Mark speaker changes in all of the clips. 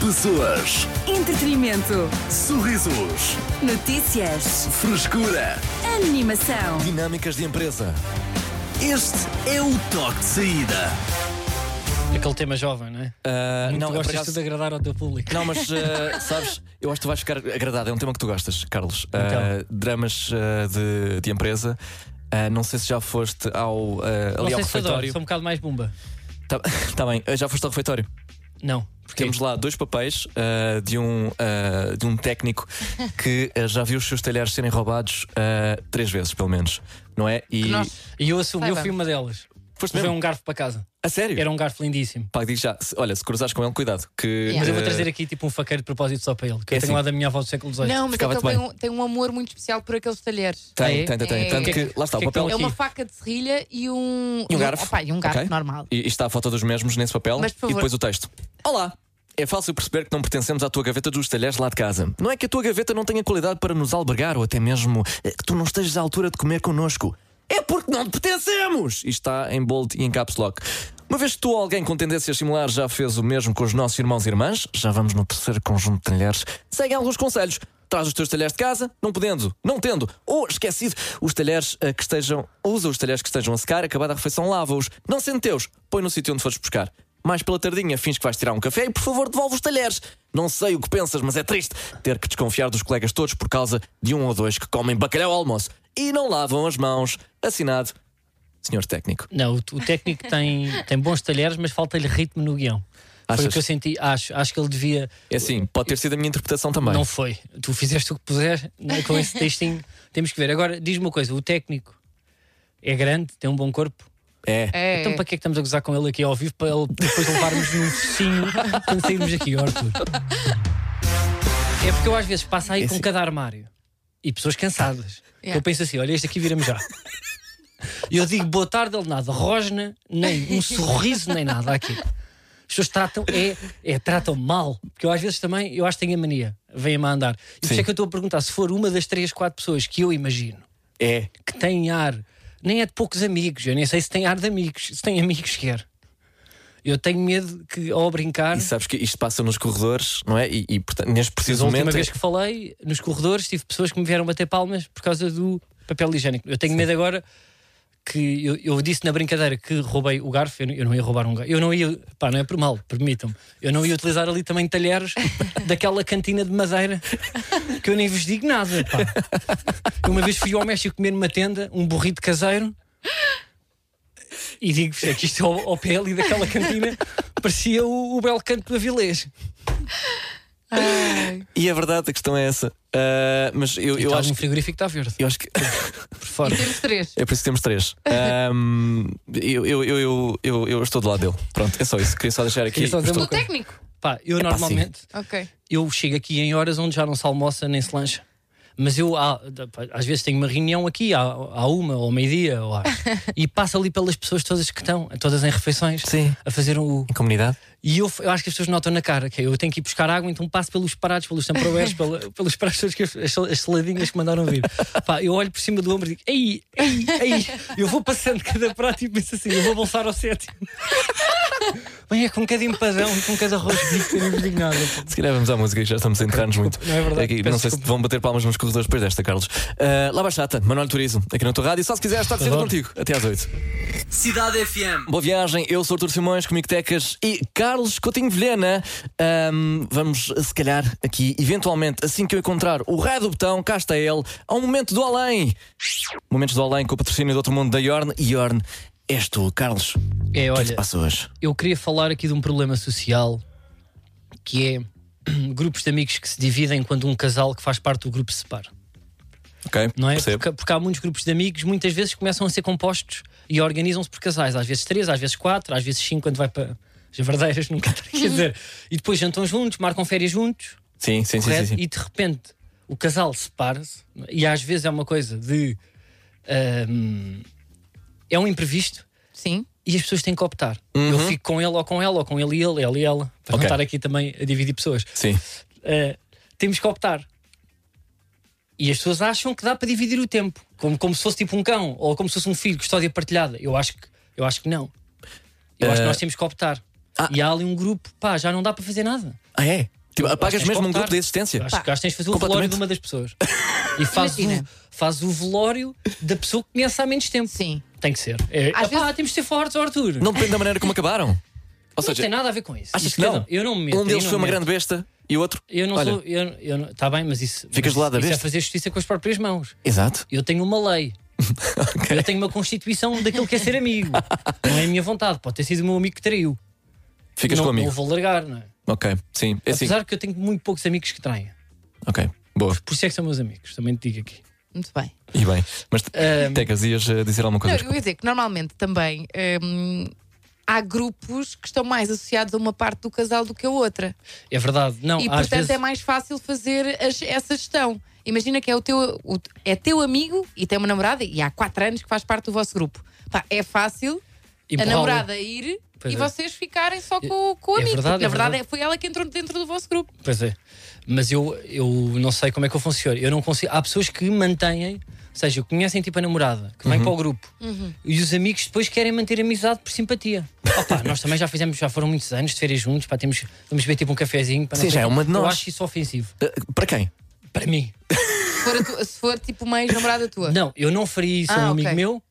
Speaker 1: Pessoas,
Speaker 2: Entretenimento.
Speaker 1: sorrisos,
Speaker 2: Notícias.
Speaker 1: frescura,
Speaker 2: Animação.
Speaker 1: dinâmicas de empresa. Este é o toque de saída.
Speaker 3: Aquele tema jovem, não é?
Speaker 4: Ah,
Speaker 3: Muito
Speaker 4: não,
Speaker 3: gostas
Speaker 4: por acaso-
Speaker 3: de agradar ao teu público.
Speaker 4: Não, mas ah, sabes, eu acho que tu vais ficar agradado. É um tema que tu gostas, Carlos. Ah,
Speaker 3: Então.
Speaker 4: dramas ah, de, de empresa. Ah, não sei se já foste ao, ah,
Speaker 3: Não
Speaker 4: ali ao
Speaker 3: sei se adoro,
Speaker 4: refeitório.
Speaker 3: sou um bocado mais bomba.
Speaker 4: Tá, tá bem, Ah, já foste ao refeitório.
Speaker 3: Não, porque
Speaker 4: Temos lá dois papéis ah, de, um, ah, de um técnico que ah, já viu os seus talheres serem roubados ah, três vezes, pelo menos. Não é? E.
Speaker 3: E eu assumo,
Speaker 5: Vai
Speaker 3: eu
Speaker 5: lá.
Speaker 3: fui uma delas.
Speaker 4: Foste
Speaker 3: Levei
Speaker 4: mesmo?
Speaker 3: um garfo para casa.
Speaker 4: A sério?
Speaker 3: Era um garfo lindíssimo.
Speaker 4: Pá, digo já, se- olha, se cruzares com ele, cuidado. Que,
Speaker 3: Mas eu vou
Speaker 4: ah,
Speaker 3: trazer aqui tipo um faqueiro de propósito só para ele, que
Speaker 4: É
Speaker 3: eu tenho
Speaker 4: assim.
Speaker 3: lá da minha avó do século XVIII.
Speaker 5: Não, mas é que
Speaker 4: Ficava-te
Speaker 5: ele tem
Speaker 4: bem.
Speaker 5: um, tem um amor muito especial por aqueles talheres.
Speaker 4: Tem,
Speaker 3: É?
Speaker 4: tem, tem, tem.
Speaker 5: É.
Speaker 4: Tanto
Speaker 5: Que-
Speaker 4: que, lá está, o
Speaker 3: que é que
Speaker 4: papel.
Speaker 3: estão
Speaker 5: É uma
Speaker 3: Aqui.
Speaker 5: faca de serrilha e um.
Speaker 4: E um garfo.
Speaker 5: opá, e um garfo
Speaker 4: Ok.
Speaker 5: normal.
Speaker 4: E, e está a foto dos mesmos nesse papel
Speaker 5: Mas, por
Speaker 4: e
Speaker 5: favor.
Speaker 4: depois o texto. Olá! É fácil perceber que não pertencemos à tua gaveta dos talheres lá de casa. Não é que a tua gaveta não tenha qualidade para nos albergar ou até mesmo eh, que tu não estejas à altura de comer connosco. É porque não te pertencemos! E está em bold e em caps lock. Uma vez que tu ou alguém com tendências similares já fez o mesmo com os nossos irmãos e irmãs, já vamos no terceiro conjunto de talheres, seguem alguns conselhos. Traz os teus talheres de casa, não podendo, não tendo, ou esquecido, os talheres eh, que estejam, usa os talheres que estejam a secar, acabada a refeição, lava-os. Não sendo teus, põe no sítio onde fores buscar. Mais pela tardinha, fins que vais tirar um café e por favor devolve os talheres. Não sei o que pensas, mas é triste ter que desconfiar dos colegas todos por causa de um ou dois que comem bacalhau ao almoço e não lavam as mãos. Assinado, Senhor Técnico.
Speaker 5: um-
Speaker 3: Não, o, o técnico tem, tem bons talheres, mas falta-lhe ritmo no guião. Foi o
Speaker 4: Achas?
Speaker 3: que eu senti, acho. Acho que ele devia.
Speaker 4: É assim, pode ter sido a minha interpretação também.
Speaker 3: Não foi. Tu fizeste o que puder né, com esse textinho. Temos que ver. Agora, diz-me uma coisa: o técnico é grande, tem um bom corpo.
Speaker 4: É.
Speaker 5: É.
Speaker 3: Então, para que é que estamos a gozar com ele aqui ao vivo? Para ele depois levarmos num focinho quando sairmos aqui, ó, Arthur. É porque eu às vezes passo aí com cada armário e pessoas cansadas.
Speaker 5: Yeah.
Speaker 3: Eu penso assim: olha, este aqui vira-me já. E eu digo boa tarde, ele nada, rosna, nem um sorriso, nem nada aqui. As pessoas tratam, é, é, tratam mal. Porque eu às vezes também, eu acho que tenho a mania, vem-me a andar. E por isso
Speaker 4: Sim.
Speaker 3: é que eu estou a perguntar se for uma das três, quatro pessoas que eu imagino
Speaker 4: É.
Speaker 3: que tem ar, nem é de poucos amigos, eu nem sei se tem ar de amigos, se tem amigos quer. Eu tenho medo que ao brincar,
Speaker 4: E sabes que isto passa nos corredores, não é? E, e, portanto, neste
Speaker 3: mas
Speaker 4: preciso
Speaker 3: a última
Speaker 4: um momento. é
Speaker 3: vez que falei, nos corredores, tive pessoas que me vieram bater palmas por causa do papel higiênico. Eu tenho medo agora que eu, eu disse na brincadeira que roubei o garfo, eu não, eu não ia roubar um garfo, eu não ia, pá, não é por mal, permitam-me, eu não ia utilizar ali também talheres daquela cantina de madeira que eu nem vos digo nada. Pá. Eu Uma vez fui ao México comer numa tenda um burrito caseiro e digo-vos é que isto ao, ao pé ali daquela cantina parecia o, o belo canto do Avilés.
Speaker 5: Ai.
Speaker 4: E é verdade, a questão é essa. Ah, mas eu,
Speaker 3: E
Speaker 4: eu
Speaker 3: está
Speaker 4: acho
Speaker 3: um
Speaker 4: que.
Speaker 3: frigorífico que está verde.
Speaker 4: Eu acho que.
Speaker 3: Por fora.
Speaker 5: Temos três.
Speaker 4: É por isso que temos três. Ahm, eu, eu, eu, eu, eu, eu estou do lado dele. Pronto, é só isso. Queria só deixar aqui.
Speaker 3: Queria só dizer
Speaker 5: Do
Speaker 3: uma coisa.
Speaker 5: técnico.
Speaker 3: Pá, eu normalmente
Speaker 5: Ok.
Speaker 3: eu chego aqui em horas onde já não se almoça nem se lancha. Mas eu há- da- pá, às vezes tenho uma reunião aqui à, à uma ou ao meio-dia ou às- e passo ali pelas pessoas todas que estão, todas em refeições,
Speaker 4: Sim.
Speaker 3: a fazer o,
Speaker 4: Em comunidade?
Speaker 3: E eu, eu acho que as pessoas notam na cara que é, eu tenho que ir buscar água, então passo pelos parados, pelos tamproeiros, pela, pelos parados, que as, as sal- as saladinhas que mandaram vir. Pá, eu olho por cima do ombro e digo: ei, ei, ei, eu vou passando cada prato e penso assim: eu vou bolsar ao sétimo. Bem, é com cada empadão, com cada arroz bico, eu não vos digo nada.
Speaker 4: Se calhar vamos à música, já estamos a entrar-nos muito.
Speaker 3: Não é verdade,
Speaker 4: Aqui,
Speaker 3: peço
Speaker 4: não sei se
Speaker 3: desculpa.
Speaker 4: vão bater palmas nos corredores depois desta, Carlos. Ah, Lava Chata, Manuel Turismo, aqui na tua rádio. Só se quiseres, estar sempre
Speaker 3: Adoro.
Speaker 4: contigo. Até às 8.
Speaker 1: Cidade FM.
Speaker 4: Boa viagem, eu sou Artur Simões, comigo Tecas e Carlos Coutinho Vilhena. Ahm, vamos, se calhar, aqui, eventualmente, assim que eu encontrar o raio do botão, cá está ele, ao momento do além. Momentos do além com o patrocínio do outro mundo da Yorn. E Yorn, és tu, Carlos. O
Speaker 3: É,
Speaker 4: que é que se
Speaker 3: olha,
Speaker 4: passa hoje?
Speaker 3: eu queria falar aqui de um problema social que é grupos de amigos que se dividem quando um casal que faz parte do grupo se separa.
Speaker 4: Ok,
Speaker 3: não é?
Speaker 4: percebo.
Speaker 3: Porque, porque há muitos grupos de amigos, muitas vezes começam a ser compostos e organizam-se por casais, às vezes três, às vezes quatro, às vezes cinco, quando vai para as verdadeiras, nunca quer dizer. E depois jantam juntos, marcam férias juntos,
Speaker 4: Sim, sim, sim, sim,
Speaker 3: correto?
Speaker 4: sim.
Speaker 3: E de repente o casal separa-se, e às vezes é uma coisa de. ahm, é um imprevisto
Speaker 5: Sim.
Speaker 3: e as pessoas têm que optar. Eu fico com ele ou com ela, ou com ele e ele, ela e ela, para
Speaker 4: Uhum. Ok.
Speaker 3: não estar aqui também a dividir pessoas.
Speaker 4: Sim.
Speaker 3: Uh, temos que optar. E as pessoas acham que dá para dividir o tempo, como, como se fosse tipo um cão ou como se fosse um filho, custódia partilhada. Eu acho que, eu acho que não. Eu acho
Speaker 4: Uh,
Speaker 3: que nós temos que optar. E há ali um grupo, pá, já não dá para fazer nada.
Speaker 4: Ah, é? Tipo,
Speaker 3: Eu acho que
Speaker 4: apagas
Speaker 3: tens
Speaker 4: mesmo um
Speaker 3: que optar.
Speaker 4: grupo da existência?
Speaker 3: Eu Acho, que acho que tens de fazer o velório
Speaker 4: Completamente.
Speaker 3: de uma das pessoas. E faz, o,
Speaker 5: Imagina.
Speaker 3: faz o velório da pessoa que conhece há menos tempo.
Speaker 5: Sim.
Speaker 3: Tem que ser. É,
Speaker 5: Às
Speaker 3: epá,
Speaker 5: vezes-
Speaker 3: temos de ser fortes, ó, Arthur.
Speaker 4: Não depende da maneira como acabaram. Ou
Speaker 3: Não
Speaker 4: seja,
Speaker 3: tem nada a ver com isso.
Speaker 4: achas
Speaker 3: Isso,
Speaker 4: que não?
Speaker 3: cada um. Eu não me meto.
Speaker 4: um deles
Speaker 3: aí não
Speaker 4: foi uma
Speaker 3: me meto.
Speaker 4: grande besta e o outro.
Speaker 3: Eu não
Speaker 4: Olha,
Speaker 3: sou. Eu, eu não- tá bem, mas isso.
Speaker 4: Ficas
Speaker 3: mas
Speaker 4: do lado da
Speaker 3: isso, isso é
Speaker 4: besta.
Speaker 3: fazer justiça com as próprias mãos.
Speaker 4: Exato.
Speaker 3: Eu tenho uma lei. Eu tenho uma constituição daquilo que é ser amigo. não é a minha vontade. Pode ter sido o meu amigo que traiu.
Speaker 4: Ficas
Speaker 3: não,
Speaker 4: com o
Speaker 3: não
Speaker 4: amigo.
Speaker 3: vou largar, não é?
Speaker 4: Ok, sim. É assim.
Speaker 3: Apesar que eu tenho muito poucos amigos que traem.
Speaker 4: Ok, boa.
Speaker 3: Por isso é que são meus amigos, também te digo aqui.
Speaker 5: Muito bem.
Speaker 4: E bem. Mas
Speaker 3: Ahm.
Speaker 4: Tecas, ias eh, dizer alguma
Speaker 5: Não,
Speaker 4: coisa?
Speaker 5: eu ia dizer que normalmente também hum, há grupos que estão mais associados a uma parte do casal do que a outra.
Speaker 3: É verdade. Não,
Speaker 5: e
Speaker 3: às
Speaker 5: portanto
Speaker 3: vezes.
Speaker 5: é mais fácil fazer as- essa gestão. Imagina que é o teu, o- é teu amigo e tem uma namorada e há quatro anos que faz parte do vosso grupo. Pá, é fácil
Speaker 3: empurrá-lo.
Speaker 5: a namorada ir
Speaker 3: Pois
Speaker 5: e
Speaker 3: é.
Speaker 5: vocês ficarem só com, com o
Speaker 3: é verdade,
Speaker 5: amigo. porque,
Speaker 3: é
Speaker 5: na verdade,
Speaker 3: verdade.
Speaker 5: é- foi ela que entrou dentro do vosso grupo.
Speaker 3: Pois é. Mas eu, eu não sei como é que eu funciono. Eu não consigo. Há pessoas que mantêm, ou seja, conhecem tipo a namorada, que vem
Speaker 4: Uhum.
Speaker 3: para o grupo.
Speaker 5: Uhum.
Speaker 3: E os amigos depois querem manter a amizade por simpatia. Opa, nós também já fizemos, já foram muitos anos de férias juntos, pá, temos, vamos beber tipo um cafezinho. Para não
Speaker 4: Sim,
Speaker 3: sei
Speaker 4: já é
Speaker 3: quê.
Speaker 4: uma de
Speaker 3: Eu
Speaker 4: nós.
Speaker 3: acho isso ofensivo.
Speaker 4: Eh, Para quem?
Speaker 3: Para mim.
Speaker 5: Se for, a tu- se for, tipo uma ex-namorada tua.
Speaker 3: Não, eu não faria isso a
Speaker 5: Ah,
Speaker 3: um
Speaker 5: ok.
Speaker 3: amigo meu.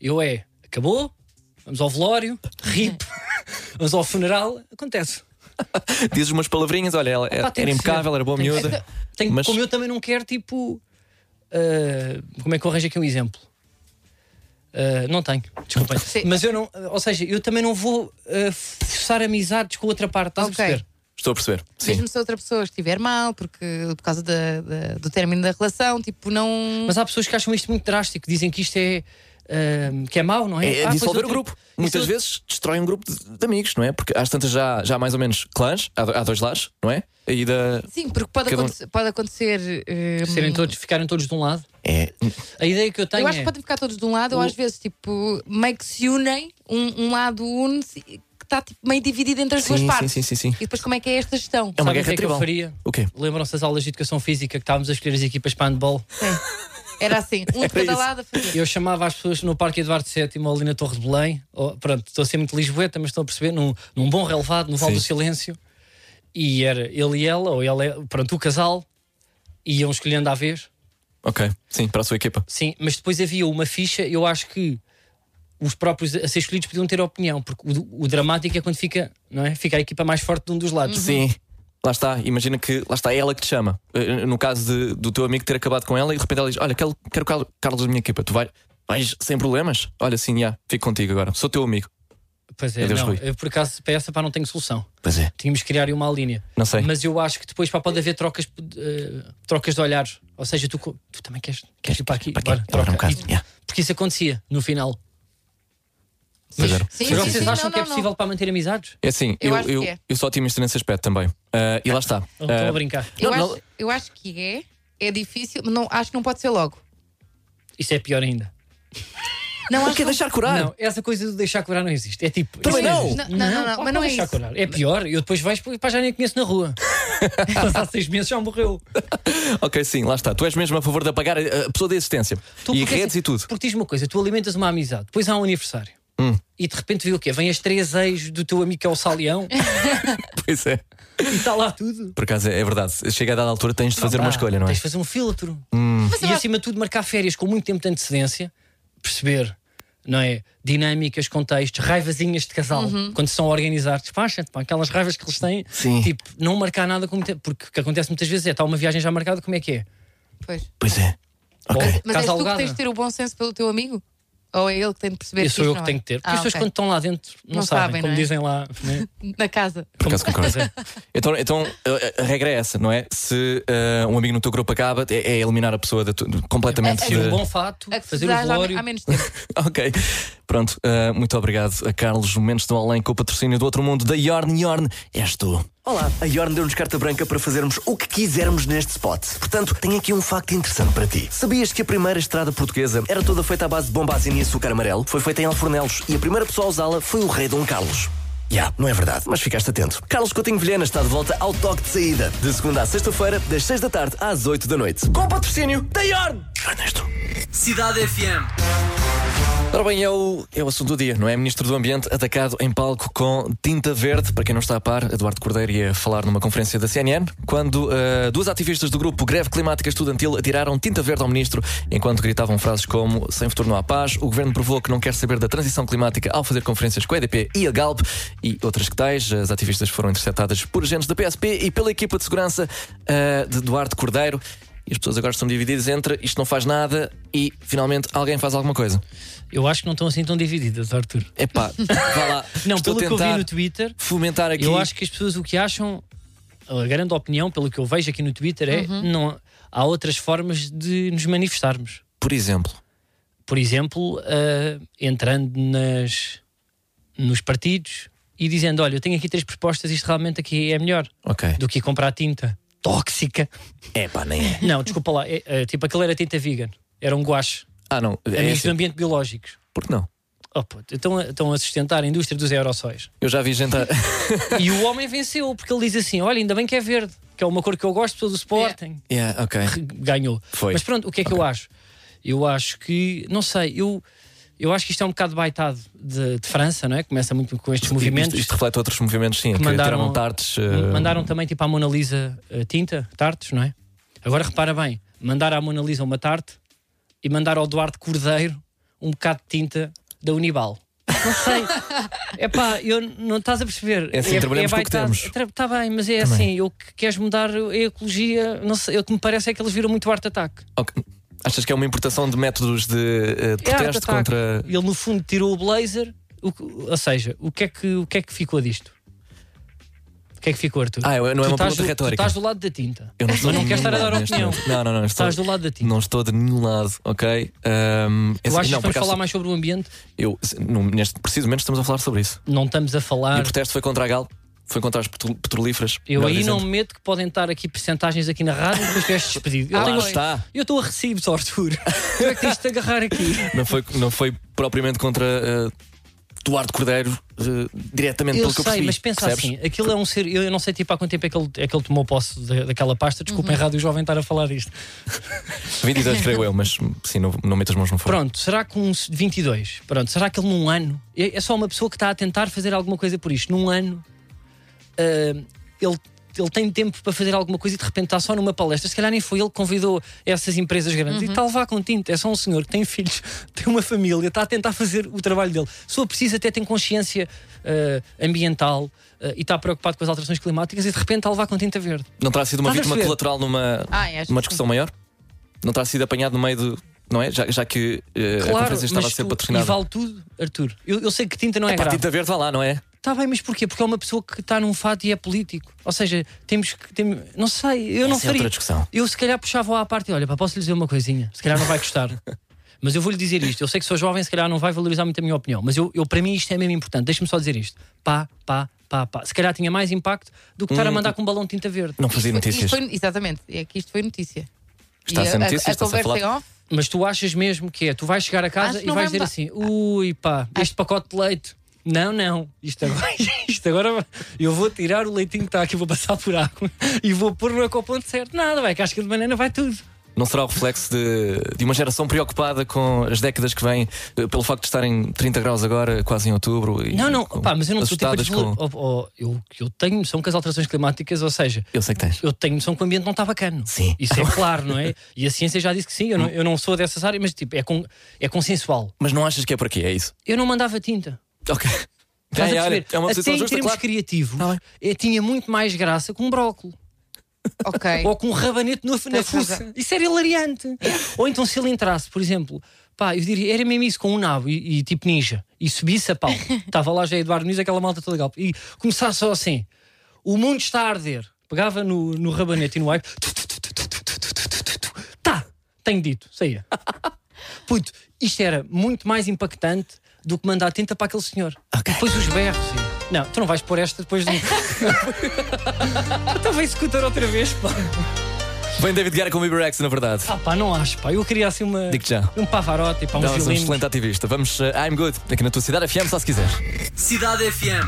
Speaker 3: Eu é, acabou, vamos ao velório,
Speaker 5: Uhum.
Speaker 3: rip, vamos ao funeral, acontece.
Speaker 4: Dizes umas palavrinhas, olha, ela
Speaker 3: Pá, tem
Speaker 4: era
Speaker 3: que
Speaker 4: impecável,
Speaker 3: ser.
Speaker 4: era boa
Speaker 3: Tem que
Speaker 4: miúda.
Speaker 3: ser. Tem,
Speaker 4: Mas-
Speaker 3: Como eu também não quero, tipo. ah, como é que eu arranjo aqui um exemplo? Ah, não tenho, desculpem.
Speaker 5: Sim.
Speaker 3: Mas eu não. Ou seja, eu também não vou ah, forçar amizades com outra parte, estás
Speaker 5: Ok.
Speaker 3: a perceber? assim,
Speaker 4: Estou a perceber. Sim.
Speaker 5: Mesmo se a outra pessoa estiver mal, porque por causa da- da- do término da relação, tipo, não.
Speaker 3: Mas há pessoas que acham isto muito drástico, dizem que isto é. ah, que é mau, não é?
Speaker 4: É, é
Speaker 3: Ah, pois
Speaker 4: dissolver
Speaker 3: eu
Speaker 4: o
Speaker 3: tenho-
Speaker 4: grupo. Muitas
Speaker 3: eu-
Speaker 4: vezes destrói um grupo de, de amigos, não é? Porque às tantas já, já há mais ou menos clãs, há, do- há dois lares, não é? E da.
Speaker 5: Sim, porque pode,
Speaker 4: Cada um-
Speaker 5: acontecer, pode acontecer. hum,
Speaker 3: tipo, Serem todos, ficarem todos de um lado.
Speaker 4: É.
Speaker 3: A ideia que eu tenho
Speaker 5: eu acho
Speaker 3: é.
Speaker 5: que podem ficar todos de um lado, ou às vezes, tipo, meio que se unem, um, um lado une-se, que está tipo, meio dividido entre as duas
Speaker 4: Sim, sim,
Speaker 5: partes.
Speaker 4: sim, sim, sim.
Speaker 5: E depois, como é que é esta gestão?
Speaker 4: É uma
Speaker 3: Sabem o
Speaker 4: guerra
Speaker 3: que é que eu
Speaker 4: tribal.
Speaker 3: faria?
Speaker 4: O quê?
Speaker 3: Lembram-se das aulas de educação física que estávamos a escolher as equipas para handball?
Speaker 5: Era assim, um de cada
Speaker 4: isso.
Speaker 5: lado a fazer.
Speaker 3: Eu chamava as pessoas no Parque Eduardo VII ou ali na Torre de Belém. ou- pronto, estou a ser muito lisboeta, mas estão a perceber, num, num bom relevado, no Val
Speaker 4: Sim.
Speaker 3: do Silêncio. E era ele e ela, ou ela, e- pronto, o casal, iam escolhendo à vez.
Speaker 4: Ok, sim, para a sua equipa.
Speaker 3: Sim, mas depois havia uma ficha, eu acho que os próprios a ser escolhidos podiam ter opinião, porque o, o dramático é quando fica, não é? Fica a equipa mais forte de um dos lados.
Speaker 4: Sim. Lá está, imagina que lá está é ela que te chama. Eh, No caso de- do teu amigo ter acabado com ela e de repente ela diz: Olha, quero, quero o Carl- Carlos da minha equipa, tu vai, vais sem problemas? Olha, sim, já, fico contigo agora, sou teu amigo.
Speaker 3: Pois é,
Speaker 4: Adeus,
Speaker 3: não,
Speaker 4: Rui.
Speaker 3: eu, por acaso, para essa pá, não tenho solução.
Speaker 4: Pois é.
Speaker 3: Tínhamos que criar aí uma linha.
Speaker 4: Não sei.
Speaker 3: Mas eu acho que depois pá, pode haver trocas, eh, trocas de olhares. Ou seja, tu, co- tu também queres, queres ir para aqui.
Speaker 4: Para quê?
Speaker 3: Bora,
Speaker 4: Agora
Speaker 3: troca.
Speaker 4: um bocado,
Speaker 3: E-
Speaker 4: yeah.
Speaker 3: Porque isso acontecia no final.
Speaker 4: Pois era.
Speaker 5: Sim,
Speaker 3: Mas
Speaker 5: sim,
Speaker 3: vocês
Speaker 5: sim,
Speaker 3: acham
Speaker 5: não,
Speaker 3: que é
Speaker 5: não, não.
Speaker 3: possível para manter amizades?
Speaker 4: É assim,
Speaker 5: Eu
Speaker 4: eu,
Speaker 5: acho que
Speaker 4: eu,
Speaker 5: é.
Speaker 4: eu sou otimista nesse aspecto também. Ah, e lá está.
Speaker 3: Não estou
Speaker 4: Ah,
Speaker 3: a brincar.
Speaker 5: Eu,
Speaker 4: Não,
Speaker 5: acho,
Speaker 4: não.
Speaker 5: eu acho que é, é difícil, mas não, acho que não pode ser logo.
Speaker 3: Isso é pior ainda.
Speaker 5: Não, acho
Speaker 4: quer deixar curar?
Speaker 3: Não, essa coisa de deixar curar não existe. É tipo.
Speaker 4: Também
Speaker 3: isso
Speaker 4: não.
Speaker 3: existe.
Speaker 5: Não, não, não,
Speaker 3: pá,
Speaker 5: mas não é
Speaker 3: deixar
Speaker 5: isso.
Speaker 3: curar. É pior. Eu depois vais pá, já nem a conheço na rua. Passar seis meses já morreu.
Speaker 4: Ah, Ok, sim, lá está. Tu és mesmo a favor de apagar a, a pessoa da existência.
Speaker 3: Tu,
Speaker 4: e
Speaker 3: porque
Speaker 4: redes
Speaker 3: assim,
Speaker 4: e tudo. Hum.
Speaker 3: Porque diz-me uma coisa: tu alimentas uma amizade, depois há um aniversário. E de repente vê o quê? Vem as três ex do teu amigo que é o Salião
Speaker 4: Pois é.
Speaker 3: e
Speaker 5: Tá
Speaker 3: está lá tudo.
Speaker 4: Por acaso é, é verdade. Chega a dada altura, tens de fazer
Speaker 3: Pá,
Speaker 4: uma escolha, não é?
Speaker 3: Tens de fazer um filtro.
Speaker 5: Mas eu
Speaker 3: E
Speaker 5: acho-
Speaker 3: acima de tudo, marcar férias com muito tempo de antecedência, perceber, não é? Dinâmicas, contextos, raivazinhas de casal,
Speaker 5: Uhum.
Speaker 3: quando se são a organizar, despacham-te, pá, aquelas raivas que eles têm,
Speaker 4: Sim.
Speaker 3: tipo, não marcar nada com muito tempo, porque o que acontece muitas vezes é, está uma viagem já marcada, como é que é?
Speaker 5: Pois.
Speaker 4: Pois é. Ok.
Speaker 3: Ou
Speaker 5: Mas
Speaker 3: casa
Speaker 5: és tu
Speaker 3: alugada.
Speaker 5: que tens de ter o bom senso pelo teu amigo? Ou é ele que tem de perceber
Speaker 3: Eu sou eu
Speaker 5: isto
Speaker 3: que
Speaker 5: não é?
Speaker 3: tenho que ter. Porque
Speaker 5: Ah,
Speaker 3: as pessoas
Speaker 5: ok.
Speaker 3: quando estão lá dentro não,
Speaker 5: Não
Speaker 3: sabem,
Speaker 5: sabem,
Speaker 3: como
Speaker 5: não é?
Speaker 3: dizem lá. né?
Speaker 5: Na casa.
Speaker 4: Por acaso
Speaker 3: Como-
Speaker 4: concordo.
Speaker 3: Pois é.
Speaker 4: Então, então a- a regra é essa, não é? Se ah, um amigo no teu grupo acaba, é, é eliminar a pessoa da tu- completamente.
Speaker 3: Vestir um
Speaker 4: de-
Speaker 3: bom fato,
Speaker 5: A que se
Speaker 3: fazer o
Speaker 5: dá já
Speaker 3: velório.
Speaker 5: há menos tempo.
Speaker 4: Ok. Pronto, ah, muito obrigado a Carlos Momentos do Além com o patrocínio do Outro Mundo da Yorn Yorn. És tu.
Speaker 6: Olá, a Yorn deu-nos carta branca para fazermos o que quisermos neste spot. Portanto, tenho aqui um facto interessante para ti. Sabias que a primeira estrada portuguesa era toda feita à base de bombazina e açúcar amarelo? Foi feita em Alfornelos e a primeira pessoa a usá-la foi o rei Dom Carlos. Já, não é verdade, mas ficaste atento. Carlos Coutinho Vilhena está de volta ao toque de saída, de segunda à sexta-feira, das seis da tarde às oito da noite. Com o patrocínio da Yorn! Ernesto.
Speaker 1: Cidade FM.
Speaker 4: Ora bem, é o, é o assunto do dia, não é? Ministro do Ambiente atacado em palco com tinta verde. Para quem não está a par, Eduardo Cordeiro ia falar numa conferência da CNN quando eh, duas ativistas do grupo Greve Climática Estudantil atiraram tinta verde ao ministro enquanto gritavam frases como Sem futuro não há paz, o governo provou que não quer saber da transição climática ao fazer conferências com a EDP e a Galp e outras que tais. As ativistas foram interceptadas por agentes da PSP e pela equipa de segurança eh, de Eduardo Cordeiro. E as pessoas agora estão divididas entre isto não faz nada e finalmente alguém faz alguma coisa.
Speaker 3: Eu acho que não estão assim tão divididas, Arthur.
Speaker 4: Epá, vá lá.
Speaker 3: Não,
Speaker 4: Estou
Speaker 3: pelo
Speaker 4: a
Speaker 3: que eu
Speaker 4: tentar
Speaker 3: vi no Twitter,
Speaker 4: fomentar aqui.
Speaker 3: eu acho que as pessoas o que acham, a grande opinião, pelo que eu vejo aqui no Twitter, é não há outras formas de nos manifestarmos.
Speaker 4: Por exemplo,
Speaker 3: Por exemplo, ah, entrando nas, nos partidos e dizendo: Olha, eu tenho aqui três propostas, isto realmente aqui é melhor
Speaker 4: ok.
Speaker 3: do que ir comprar tinta tóxica.
Speaker 4: Epá, nem é.
Speaker 3: Não, desculpa lá, é, é, tipo aquele era tinta vegan, era um guache,
Speaker 4: Ah, não. É
Speaker 3: amigos
Speaker 4: assim.
Speaker 3: do ambiente biológicos.
Speaker 4: Porque não?
Speaker 3: Oh, puto, estão, a, estão a sustentar a indústria dos aerossóis.
Speaker 4: Eu já vi gente. a-
Speaker 3: E o homem venceu, porque ele diz assim: olha, ainda bem que é verde, que é uma cor que eu gosto, sou do Sporting,
Speaker 4: yeah, ok.
Speaker 3: que ganhou.
Speaker 4: Foi.
Speaker 3: Mas pronto, o que é que eu acho? Eu acho que, não sei, eu, eu acho que isto é um bocado baitado de, de França, não é? Começa muito com estes movimentos.
Speaker 4: Isto, isto reflete outros movimentos, sim. Que,
Speaker 3: mandaram-
Speaker 4: tiraram tartes. eh,
Speaker 3: Mandaram também tipo à Mona Lisa eh, tinta, tartes, não é? Agora repara bem: mandar à Mona Lisa uma tarte e mandar ao Duarte Cordeiro um bocado de tinta da Unibal. Não sei. É pá, eu não estás a perceber.
Speaker 4: É assim, trabalhamos com o que temos.
Speaker 3: Está bem, mas é assim: eu que queres mudar a ecologia, não sei, o que me parece é que eles viram muito arte ataque.
Speaker 4: ok. Achas que é uma importação de métodos de eh,
Speaker 3: É arte
Speaker 4: protesto
Speaker 3: ataque.
Speaker 4: contra.
Speaker 3: Ele no fundo tirou o blazer, o que- ou seja, o que, é que, o que é que ficou disto? O que é que ficou, Arthur?
Speaker 4: Ah, eu- não é
Speaker 3: Tu
Speaker 4: uma
Speaker 3: estás
Speaker 4: pergunta
Speaker 3: do-
Speaker 4: retórica.
Speaker 3: Tu estás do lado da tinta.
Speaker 4: Eu não estou
Speaker 3: Mas
Speaker 4: de
Speaker 3: quero
Speaker 4: nenhum
Speaker 3: estar a
Speaker 4: lado
Speaker 3: dar
Speaker 4: neste
Speaker 3: opinião.
Speaker 4: momento. Não, não, não. Estou,
Speaker 3: Estás do lado da tinta.
Speaker 4: Não estou de nenhum lado, ok? Um,
Speaker 3: Eu acho que
Speaker 4: não, por
Speaker 3: estamos a
Speaker 4: acaso,
Speaker 3: falar mais sobre o ambiente.
Speaker 4: eu, se- num- neste preciso momento estamos a falar sobre isso.
Speaker 3: Não estamos a
Speaker 4: E
Speaker 3: falar.
Speaker 4: o protesto foi contra a Gal, foi contra as petro- petrolíferas.
Speaker 3: Ah. Eu
Speaker 4: melhor
Speaker 3: aí
Speaker 4: dizendo.
Speaker 3: não me meto que podem estar aqui percentagens aqui na rádio e depois tu és despedido. Eu
Speaker 4: Ah, Lá
Speaker 3: tenho-
Speaker 4: está.
Speaker 3: eu estou a recibos, Arthur. Tu é que tens de te agarrar aqui.
Speaker 4: Não foi, não foi propriamente contra eh, Duarte Cordeiro eh, diretamente,
Speaker 3: Eu
Speaker 4: pelo que eu
Speaker 3: sei,
Speaker 4: percebi.
Speaker 3: mas pensa
Speaker 4: percebes?
Speaker 3: assim: aquilo é um ser. Eu não sei tipo há quanto tempo é que ele, é que ele tomou posse da- daquela pasta. Desculpem, rádio jovem estar a falar isto.
Speaker 4: 22 creio eu, mas sim, não, não meto as mãos no fogo.
Speaker 3: assim. Pronto, será que um 22? Pronto, será que ele num ano é é só uma pessoa que está a tentar fazer alguma coisa por isto? Num ano ah, ele, ele tem tempo para fazer alguma coisa e de repente está só numa palestra. Se calhar nem foi ele que convidou essas empresas grandes e tal, vá com tinta. É só um senhor que tem filhos, tem uma família, está a tentar fazer o trabalho dele. Se for preciso, até tem consciência ah, ambiental ah, e está preocupado com as alterações climáticas e de repente está a levar com tinta verde.
Speaker 4: Não terá sido uma
Speaker 3: Estás a
Speaker 4: vítima
Speaker 3: perceber?
Speaker 4: colateral numa,
Speaker 5: Ah, acho
Speaker 4: numa
Speaker 5: que
Speaker 4: discussão maior? Não terá sido apanhado no meio de. Não é? Já, já que eh, a conferência estava a
Speaker 3: mas
Speaker 4: ser
Speaker 3: tu-
Speaker 4: patrocinada.
Speaker 3: e vale tudo, Arthur. Eu, eu sei que tinta não é
Speaker 4: É pá,
Speaker 3: grave.
Speaker 4: tinta verde, vá lá, não é?
Speaker 3: Está bem, mas porquê? Porque é uma pessoa que está num fato e é político. Ou seja, temos que. tem- não sei, eu não
Speaker 4: Essa é
Speaker 3: faria.
Speaker 4: outra discussão.
Speaker 3: Eu se calhar puxava à parte e olha, pá, posso lhe dizer uma coisinha? Se calhar não vai gostar. mas eu vou-lhe dizer isto. Eu sei que sou jovem, se calhar não vai valorizar muito a minha opinião. Mas eu, eu para mim isto é mesmo importante. Deixa-me só dizer isto. Pá, pá, pá, pá. Se calhar tinha mais impacto do que estar
Speaker 4: Hum.
Speaker 3: a mandar com um balão de tinta verde.
Speaker 4: Não fazia
Speaker 5: Isto
Speaker 4: notícias.
Speaker 5: foi, exatamente, é que isto foi notícia.
Speaker 4: Está
Speaker 5: E
Speaker 4: a ser notícia,
Speaker 5: a,
Speaker 4: está a ser
Speaker 5: conversa em
Speaker 4: falado.
Speaker 5: off,
Speaker 3: Mas tu achas mesmo que é? Tu vais chegar a
Speaker 5: Acho
Speaker 3: casa
Speaker 5: que
Speaker 3: e
Speaker 5: não
Speaker 3: vais
Speaker 5: vai
Speaker 3: dizer assim: ui pá, este pacote de leite. Não, não, isto agora, isto agora eu vou tirar o leitinho que está aqui, vou passar por água e vou pôr no ao ponto certo. Nada, vai, casca de banana vai tudo.
Speaker 4: Não será o reflexo de, de uma geração preocupada com as décadas que vêm, eh, pelo facto de estarem 30 graus agora, quase em outubro. E,
Speaker 3: Não, não,
Speaker 4: com-
Speaker 3: pá, mas eu não estou tipo a
Speaker 4: assustadas
Speaker 3: desvalorizar.
Speaker 4: com...
Speaker 3: Oh, oh, eu, eu tenho noção que as alterações climáticas, ou seja,
Speaker 4: Eu sei que tens.
Speaker 3: eu tenho noção que o ambiente não está bacana.
Speaker 4: Sim.
Speaker 3: Isso é claro, não é? E a ciência já disse que sim, eu não, eu não sou dessas áreas, mas tipo, é, con- é consensual.
Speaker 4: Mas não achas que é por aqui, é isso?
Speaker 3: Eu não mandava tinta.
Speaker 4: Ok.
Speaker 3: Estás
Speaker 4: É,
Speaker 3: a
Speaker 4: olha,
Speaker 3: perceber?
Speaker 4: é uma
Speaker 3: Até em
Speaker 4: posição
Speaker 3: termos
Speaker 4: justa, claro.
Speaker 3: criativos,
Speaker 4: Tá bem.
Speaker 3: eh, tinha muito mais graça com um brócolo.
Speaker 5: ok.
Speaker 3: Ou com um rabanete no, na
Speaker 5: Tens
Speaker 3: fuça.
Speaker 5: razão.
Speaker 3: Isso era hilariante. Ou então se ele entrasse, por exemplo, pá, eu diria, era mesmo isso, com um nabo e, e tipo ninja, e subisse a pau. Estava lá já Eduardo Nunes, aquela malta toda legal. E começasse só assim: o mundo está a arder. Pegava no, no rabanete e no wipe. Tá, tenho dito, saía. Puto, isto era muito mais impactante do que mandar tinta para aquele senhor. Depois os berros. e- Não, tu não vais pôr esta depois de. Estava a executar outra vez, pá.
Speaker 4: Vem David Guerra com o Rex, na verdade.
Speaker 3: Ah pá, não acho, pá. Eu queria assim uma.
Speaker 4: Digo-te já.
Speaker 3: Um Pavarotti, pá, uns
Speaker 4: Não, és um
Speaker 3: violinos.
Speaker 4: excelente ativista. Vamos, eh, I'm good, aqui na tua cidade, FM, só se quiser.
Speaker 1: Cidade FM.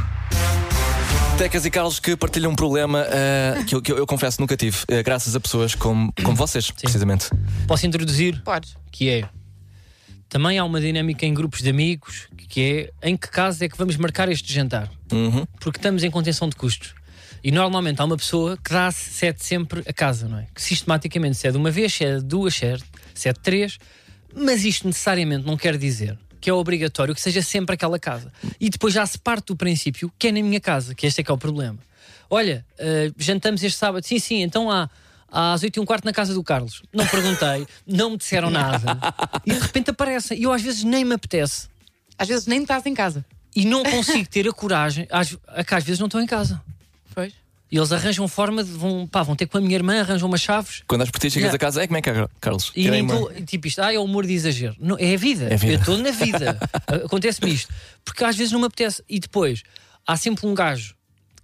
Speaker 4: Tecas e Carlos que partilham um problema eh, que, eu, que eu- eu confesso nunca tive, eh, graças a pessoas como, como vocês, precisamente.
Speaker 3: Posso introduzir
Speaker 5: Podes.
Speaker 3: que é. Também há uma dinâmica em grupos de amigos que é em que caso é que vamos marcar este jantar? Porque estamos em contenção de custos. E normalmente há uma pessoa que dá cede sempre a casa, não é? Que sistematicamente cede uma vez, cede duas, cede cede três, mas isto necessariamente não quer dizer que é obrigatório que seja sempre aquela casa. E depois já se parte do princípio que é na minha casa, que este é que é o problema. Olha, ah, jantamos este sábado, sim, sim, então há. Às 8 e um quarto na casa do Carlos. Não perguntei, não me disseram nada. E de repente aparecem. E eu às vezes nem me apetece
Speaker 5: Às vezes nem estás em casa.
Speaker 3: e não consigo ter a coragem, às, é que às vezes não estou em casa.
Speaker 5: Pois.
Speaker 3: E eles arranjam forma de vão, pá, vão ter com a minha irmã, arranjam umas chaves
Speaker 4: Quando as portas chegas
Speaker 3: Yeah.
Speaker 4: a casa, é como é que é, Carlos?
Speaker 3: e
Speaker 4: Querem
Speaker 3: nem
Speaker 4: uma-
Speaker 3: tô, tipo isto, ah, é o humor de exagero. Não, é a vida.
Speaker 4: É a vida.
Speaker 3: Eu estou na vida. Acontece-me isto. Porque às vezes não me apetece. E depois, há sempre um gajo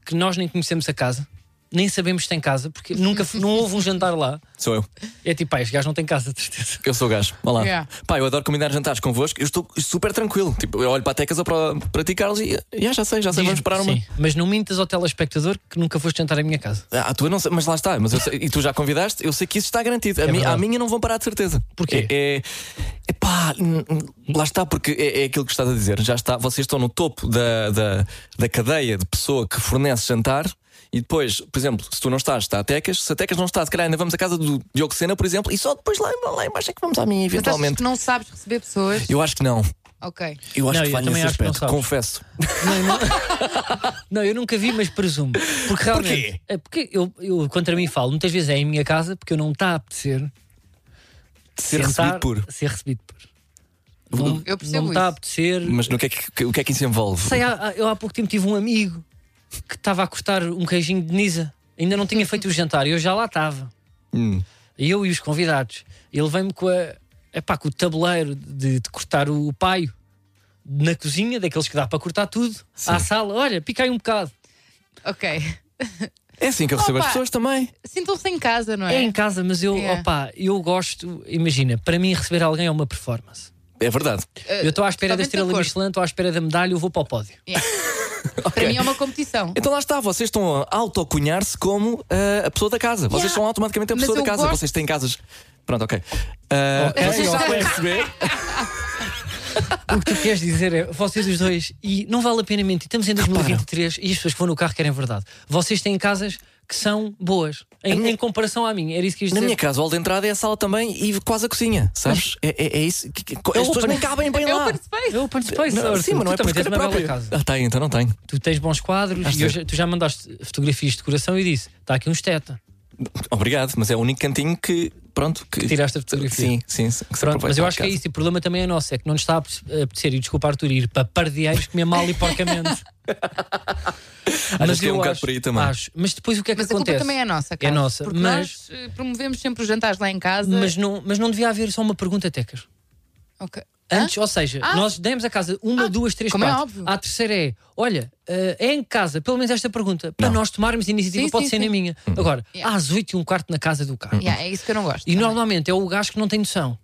Speaker 3: que nós nem conhecemos a casa, nem sabemos se tem casa, porque nunca f- não houve um jantar lá.
Speaker 4: Sou eu.
Speaker 3: É tipo, pá, este gajo não tem casa, de certeza.
Speaker 4: Eu sou o gajo. Olá.
Speaker 5: Yeah.
Speaker 4: Pá, eu adoro combinar jantares convosco. Eu estou super tranquilo. Tipo, eu olho para a Tecas ou para, para ti, Carlos, e yeah, já sei, já sei, vamos
Speaker 3: Diz-me,
Speaker 4: parar uma.
Speaker 3: sim, Mas não mintas ao telespectador que nunca foste jantar à minha casa.
Speaker 4: Ah, tu não sei, mas lá está. Mas eu sei- e tu já convidaste, eu sei que isso está garantido. A, mi-
Speaker 3: É verdade.
Speaker 4: à minha não vão parar de certeza.
Speaker 3: Porquê?
Speaker 4: É, é, epá, n- n- lá está, porque é, é aquilo que estás a dizer. Já está, vocês estão no topo da, da, da cadeia de pessoa que fornece jantar. E depois, por exemplo, se tu não estás, está a Tecas. Se a Tecas não está, se calhar ainda vamos à casa do Diogo Sena, por exemplo, e só depois lá, lá em baixo é que vamos à minha,
Speaker 5: Mas achas que
Speaker 4: eventualmente.
Speaker 5: não sabes receber pessoas?
Speaker 4: Eu acho que não.
Speaker 5: Ok.
Speaker 4: Eu acho
Speaker 3: Não,
Speaker 4: que
Speaker 3: eu
Speaker 4: vai
Speaker 3: também
Speaker 4: nesse
Speaker 3: acho que não
Speaker 4: aspecto,
Speaker 3: sabes.
Speaker 4: confesso.
Speaker 3: Não, eu nunca vi, mas presumo. Porque realmente.
Speaker 4: Porquê?
Speaker 3: É porque eu, eu contra mim falo, muitas vezes é em minha casa porque eu não está a apetecer
Speaker 4: Ser
Speaker 3: sentar-
Speaker 4: recebido por.
Speaker 3: Ser recebido por. Não,
Speaker 5: Eu percebo
Speaker 3: não está a
Speaker 5: isso.
Speaker 3: apetecer.
Speaker 4: Mas no que é que, que- o que é que isso envolve?
Speaker 3: Sei, há- há- eu há pouco tempo tive um amigo que estava a cortar um queijinho de Nisa. Ainda não tinha feito o jantar e eu já lá estava.
Speaker 4: Hum.
Speaker 3: E eu e os convidados. Ele vem-me com, a, epá, com o tabuleiro de, de cortar o paio na cozinha, daqueles que dá para cortar tudo, à sala. Olha, piquei um bocado.
Speaker 5: Ok.
Speaker 4: É assim que eu recebo
Speaker 5: Opa.
Speaker 4: as pessoas também.
Speaker 5: Sintam-se em casa, não
Speaker 3: É
Speaker 5: é?
Speaker 3: em casa, mas eu,
Speaker 5: É.
Speaker 3: opá, eu gosto, imagina, para mim receber alguém é uma performance.
Speaker 4: É verdade.
Speaker 5: Eh,
Speaker 3: Eu estou à espera da
Speaker 5: totalmente de
Speaker 3: estrela
Speaker 5: acordo.
Speaker 3: Michelin, estou à espera da medalha, eu vou para o pódio.
Speaker 5: Para mim é uma competição.
Speaker 4: Então lá está, vocês estão a autocunhar-se como ah, a pessoa da casa. Vocês
Speaker 5: Yeah.
Speaker 4: são automaticamente a
Speaker 5: Mas
Speaker 4: pessoa da
Speaker 5: eu
Speaker 4: casa.
Speaker 5: gosto-
Speaker 4: Vocês têm casas. Pronto, ok. Ah,
Speaker 3: Ok,
Speaker 4: vocês
Speaker 3: ok.
Speaker 4: sabem receber.
Speaker 3: O que tu queres dizer é, vocês os dois, e não vale a pena mentir, estamos em 2023 e as pessoas que vão no carro querem verdade. Vocês têm casas que são boas, em, em comparação à minha, era isso que ias
Speaker 4: Na
Speaker 3: dizer.
Speaker 4: minha casa, o hall de entrada é a sala também e quase a cozinha. Sabes? É, é- é isso. que- que- as pessoas nem cabem bem
Speaker 5: Eu
Speaker 4: lá.
Speaker 5: participei.
Speaker 3: Eu participei,
Speaker 4: Não,
Speaker 3: Arthur,
Speaker 4: sim, mas não
Speaker 3: tu
Speaker 4: é
Speaker 3: também
Speaker 4: porque
Speaker 3: tens
Speaker 4: era
Speaker 3: uma bela
Speaker 4: própria.
Speaker 3: casa.
Speaker 4: Ah, tem, então não tenho.
Speaker 3: Tu tens bons quadros e eu já- tu já mandaste fotografias de coração e disse: está aqui um esteta.
Speaker 4: Obrigado, mas é o único cantinho que. Pronto, que.
Speaker 3: tiraste a fotografia.
Speaker 4: Sim, sim. sim, que se
Speaker 3: Pronto,
Speaker 4: aproveita
Speaker 3: mas eu
Speaker 4: lá
Speaker 3: acho
Speaker 4: de
Speaker 3: que é
Speaker 4: casa.
Speaker 3: isso, e o problema também é nosso, é que não nos está a ape- a apetecer, e desculpa, Arthur, ir para pardeeiros comer mal e porcamente.
Speaker 4: que é um bocado por aí também.
Speaker 3: acho. Mas depois o que é que
Speaker 5: Mas a
Speaker 3: acontece?
Speaker 5: culpa também é nossa,
Speaker 3: É
Speaker 5: Carlos,
Speaker 3: nossa,
Speaker 5: Porque
Speaker 3: mas,
Speaker 5: nós eh, promovemos sempre os jantares lá em casa.
Speaker 3: mas, não, mas não devia haver só uma pergunta, Tecas.
Speaker 5: Ok. Hã?
Speaker 3: Antes, ou seja,
Speaker 5: Ah.
Speaker 3: nós demos a casa uma, duas, três,
Speaker 5: como é
Speaker 3: quatro.
Speaker 5: óbvio.
Speaker 3: a terceira é: olha, eh, é em casa, pelo menos esta pergunta, para nós tomarmos iniciativa,
Speaker 5: Sim,
Speaker 3: pode
Speaker 5: sim,
Speaker 3: ser
Speaker 5: sim.
Speaker 3: na minha.
Speaker 4: Uhum.
Speaker 3: Agora,
Speaker 5: Yeah.
Speaker 3: às oito e um quarto na casa do carro.
Speaker 5: Yeah, é isso que eu não gosto.
Speaker 3: E normalmente é o gajo que não tem noção.